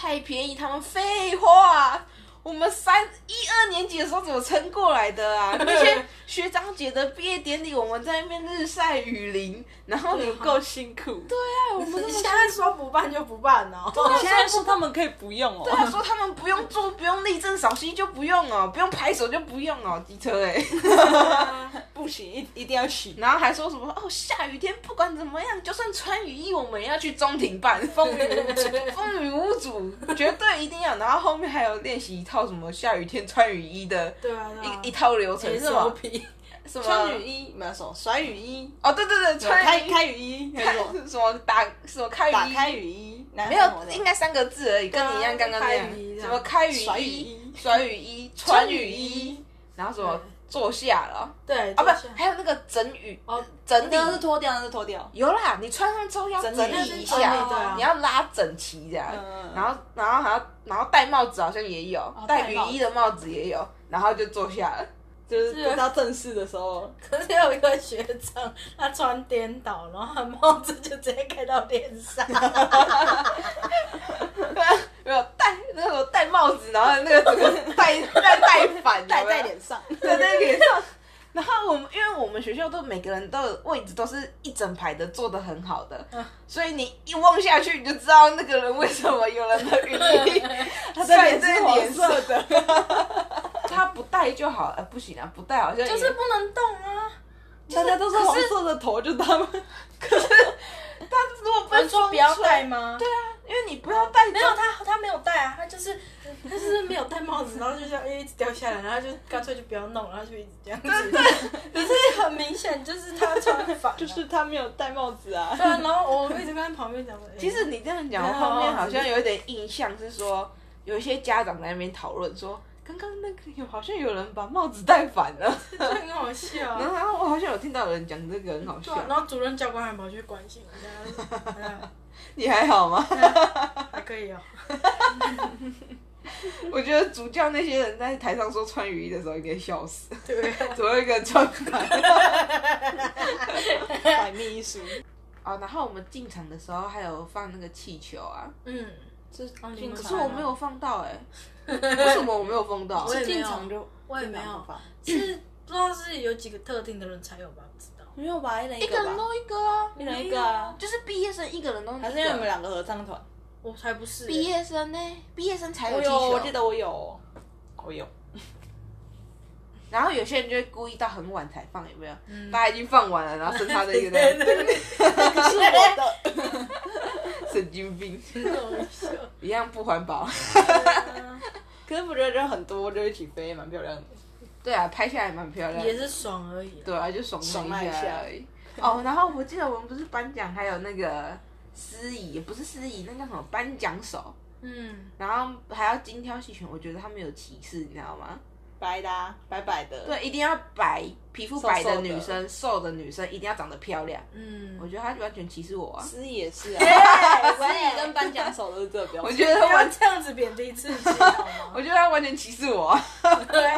太便宜，他们废话。我们三一二年级的时候怎么撑过来的啊？那些学长姐的毕业典礼，我们在那边日晒雨淋，然后你够辛苦。晒，我们那么你现在说不办就不办哦，你现在说他们可以不用对啊，哦。说他们不用做，不用立正扫息就不用哦，不用拍手就不用哦，机车哎、不行，一一定要洗。 然后还说什么哦，下雨天不管怎么样，就算穿雨衣，我们也要去中庭办，风雨无阻，风雨无阻，绝对一定要。然后后面还有练习一套什么下雨天穿雨衣的对 啊，对啊一一套流程，也嗯是是吗毛？皮，什么穿雨？衣没有什么，甩雨衣，哦，对对对，穿开雨衣开雨衣，还看有什么什么打什么开雨衣，打开雨衣，没 没有，应该三个字而已，跟你一样刚刚那样开雨衣，这什样么开雨甩雨衣衣、甩雨衣、穿雨衣，，然后什么坐下了对啊，不就是，还有那个整雨哦，整理那是脱掉，那是脱掉。有啦，你穿上之后要整理理一整下，理对啊你要拉整齐这样，嗯嗯哦然后然后还要然后戴帽子好像也有，戴戴雨帽子衣的帽子也有，然后就坐下了。 就是就是他正式的时候，可是有一个学长，他穿颠倒，然后他帽子就直接盖到脸上，没有戴那个戴帽子，然后那个整个戴 戴戴反，戴 有没有在脸上， 对在脸上。然后我们因为我们学校都每个人都有位置都是一整排的，坐的很好的，嗯所以你一望下去你就知道那个人为什么有人的云 力他的晒脸在是脸黄上。色的，他不戴就好，呃，不行啊，不戴好像也 就是不能动啊。大家都是黄色的头，就他们如果不是被说风不要吹戴吗？对，因为你不要戴，啊没有他，他没有戴啊，他就是他就是没有戴帽 子，然后就这样一直掉下来，然后就干脆就不要弄，然后就一直这样子。 可是很明显就是他穿反了， 就是他没有戴帽子啊 对。啊。然后我一直跟旁边讲说，其实你这样讲，我后面好像有一点印象是说，有一些家长在那边讨论说，刚刚那个有好像有人把帽子戴反了，就很好笑啊。然后我好像有听到有人讲这个很好对啊笑，，然后主任教官还跑去关心我，这样哎呀你还好吗？还可以哦。 我觉得主教那些人在台上说穿雨衣的时候应该笑死，对啊， 怎么会有一个人穿反？百密一疏，哦，然后我们进场的时候还有放那个气球啊，嗯，这哦你们可是放了我没有放到哎、为什么我没有放到我？也没有进场就我也没有就绑头发是不知道是有几个特定的人才有吧，不知道。没有吧？一人一一个人个吧，弄一个啊，一人一个啊，就是毕业生一个人弄一个，还是因为我们两个合唱团？我才不是欸、毕业生呢、毕业生才有我气球，有，哎我记得我有，我哦 有。然后有些人就会故意到很晚才放，有没有？嗯大家已经放完了，然后剩他的 一个对人，对对，是我的，神经病，很好笑。一样不环保。可是我觉得就很多，就一起飞，蛮漂亮的。对啊，拍下来蛮漂亮的，也是爽而已啦。对啊，就爽爽一一下而已。哦，然后我记得我们不是颁奖，还有那个司仪，不是司仪，那叫什么颁奖手，嗯，然后还要精挑细选。我觉得他们有歧视，你知道吗？白的、啊，白白的。，对，一定要白皮肤白瘦的瘦的女生，瘦的女生一定要长得漂亮。嗯，我觉得他完全歧视我啊！司仪也是啊， 司仪跟颁奖手都是这个 标我准。觉得不要完，这样子贬低自己好 吗？我觉得他完全歧视我、啊。对，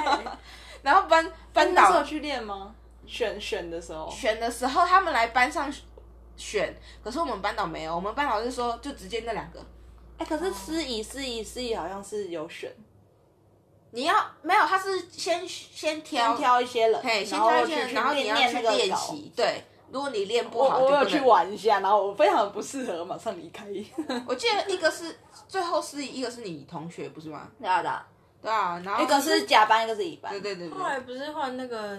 然后颁颁那时导候去练吗？选选的时候，选的时候，他们来班上选，可是我们班导没有，我们班导是说就直接那两个，哎、可是司仪司仪司仪好像是有选，你要没有，他是先先挑，先挑一些人，嘿，哎先然后挑一去些人，去然后你要练去那个练稿。习，对。如果你练不我好，我有就不去能。玩一下，然后我非常不适合，马上离 开。我记得一个是最后是一个是你同学不是吗？对啊的，对啊，然后一个是甲班，一个是乙班对。对对后对，来不是换那个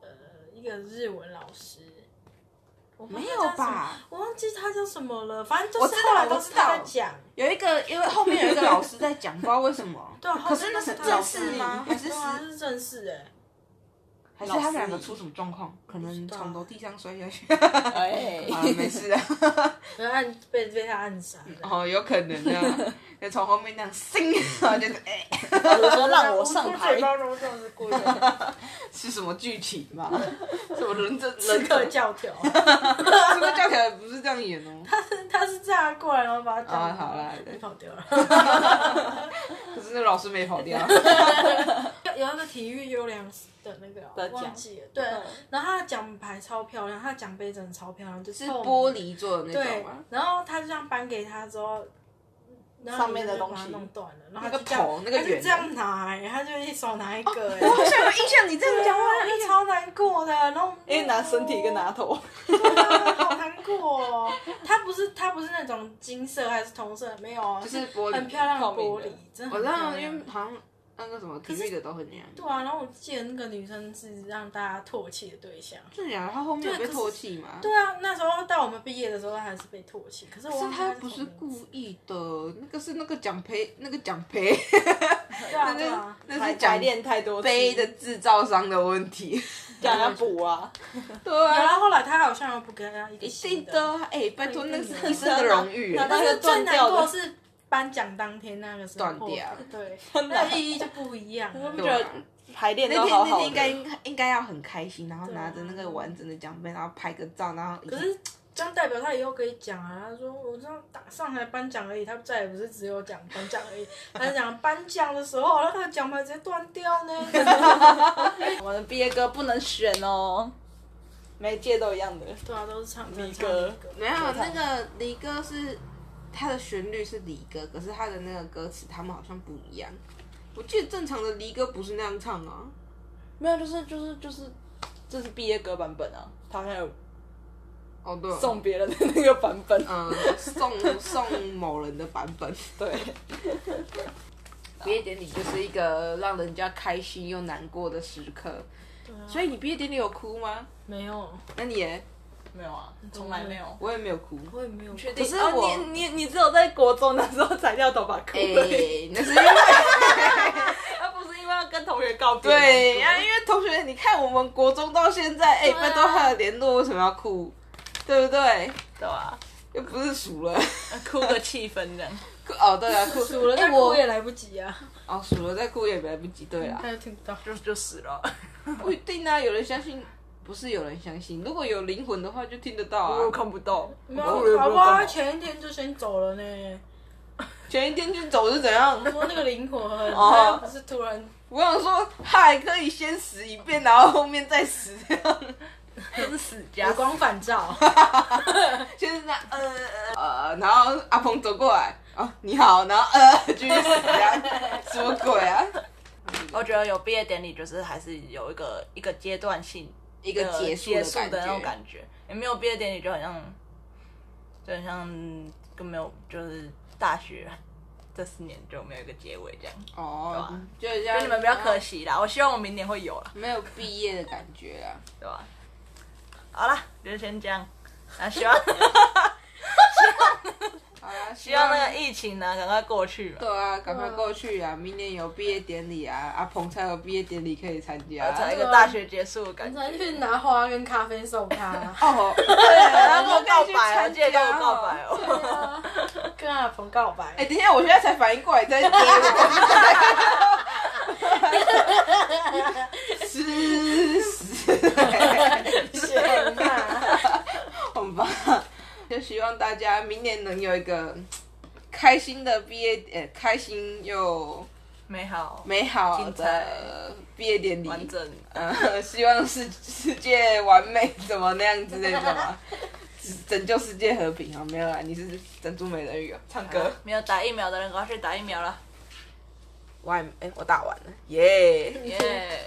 呃一个日文老师，我忘没记有他叫什么？吧？我忘记他叫什么了，反正就我是知道后来我都知是他道在讲，有一个，因为后面有一个老师在讲，不知道为什么。 对啊，可是后面那都是正他在式讲吗？还是对啊，是是正式哎，还是他们两个出什么状况？可能不知道啊从楼梯上摔下 去。哎，啊，没 事啊。然后暗被被他暗杀了。哦，有可能啊，就从后面那样 叮，然后就是哎、我说让我上我台嘴，巴揉这样是故意的，是什么剧情嘛？ 什么人这 刺人客这教条。 个教条不是这样演哦。他是这样过来，然后把他啊讲好啦对你跑掉了。可是那老师没跑掉，有那个体育优良的那个的奖忘记了，对。啊嗯然后他的奖牌超漂亮，他的奖杯真的超漂亮，就是是透明玻璃做的那种啊对吗？。然后他就这样颁给他之后，然后上面的你就把它东西弄断了，然后那个他就这样哎头，那个他就圆的。这样拿、欸，他就一手拿一个、欸，我好像有印象，哦你这样讲，我好像就超难过的。然后一个拿身体，一个拿头。对啊好难过哦。他不是他不是那种金色还是铜色，没有哦， 就是玻很璃。漂亮的透明玻的璃，真的我很知漂道，亮。因为好像那个什么体育的都很那样。对啊，然后我记得那个女生是让大家唾弃的对象。真的假的？他后面有被对可是唾弃吗？对啊，那时候到我们毕业的时候，她还是被唾弃。可是我可忘是记他她不什是么名字故意的，那个是那个奖杯，那个奖杯，对啊对啊，那还是奖还练太多次杯的制造商的问题。叫人家补啊， 对然，后后来她好像又不跟她一个一新定的。的啊，哎、拜托，一那定是的一生的荣誉，那哎那但个是最断难掉过的，是颁奖当天那个时候断掉对，那的意义就不一样了。我对觉得啊排练那都天好那好天应该的。应该应该要很开心，然后对啊拿着那个完整的奖杯，然后拍个照，然后可是这样代表他以后可以讲啊。他说我这样打上台颁奖而已，他再也不是只有讲颁奖而已，他讲颁奖的时候，那个奖牌直接断掉呢。我们的毕业歌不能选哦，每一届都一样的。对啊，都是唱离离歌没有那个离歌是它的旋律是离歌，可是它的那个歌词他们好像不一样。我记得正常的离歌不是那样唱啊，没有，就是就是就是，这是毕业歌版本啊，他好像有哦对，送别人的那个版本。呃送送某人的版本。对， 毕业典礼就是一个让人家开心又难过的时刻。啊所以你毕业典礼有哭吗？没有，那你也没有啊，从来没有。我也没有哭。我也没有。可是哦我你你你只有在国中的时候才掉头发哭哎、而已，那 是因为 而不是因为要跟同学告别。啊对呀、因为同学，你看我们国中到现在，哎、啊拜托还有联络，为什么要哭？对不对？对啊，又不是数了，哭个气氛这样。哭哦，对 啊，哭数了，哎但我我也来不及啊，哦，数了再哭也来不及，对啦他，又听不到。就就死 了。不一定啊，有人相信，不是有人相信，如果有灵魂的话就听得到我啊。看不到，没有，我也好知不道好？干他嘛前一天就先走了呢。前一天就走是怎样？说那个灵魂，哦他不是突然我想说，还可以先死一遍，然后后面再死， 这样就是死回家。光返照，就是那呃呃呃，然后阿鹏走过来，哦，你好，然后呃继续死啊，什么鬼 啊？我觉得有毕业典礼就是还是有一个一个阶段性一一个个结束呃结束的的那种感觉。感觉。也没有毕业典礼就很像，就很像跟没有就是大学这四年就没有一个结尾这样。哦对啊，就这就样，你们比较可惜啦，我希望我明年会有啦，没有毕业的感觉啊。对吧？好啦，就先这样。那希 望好啦，希希望那个疫情呢赶快过去嘛。对啊，赶快过去啊！明年有毕业典礼啊，阿鹏才有毕业典礼可以参加。。啊才有一个大学结束的感你觉。才去拿花跟咖啡送他 哦， 他然啊跟我告白了，记啊得跟我告对白。哦。啊跟阿鹏告白， 哎，等一下，我现在才反应过来，在接我。是是，天哪！ 好吧，就希望大家明年能有一个嗯开心的毕业，呃，开心又美好，美好精彩的毕业典礼，完整。呃， 希望世世界完美，怎么那样之类的 嘛，拯救世界和平啊，没有啦，你是珍珠美人鱼啊，唱歌，没有打疫苗的人赶快去打疫 苗了，我还哎、我打完了，耶、耶！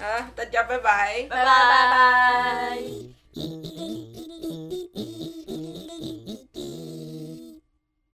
啊，大家拜拜。拜拜拜拜。拜。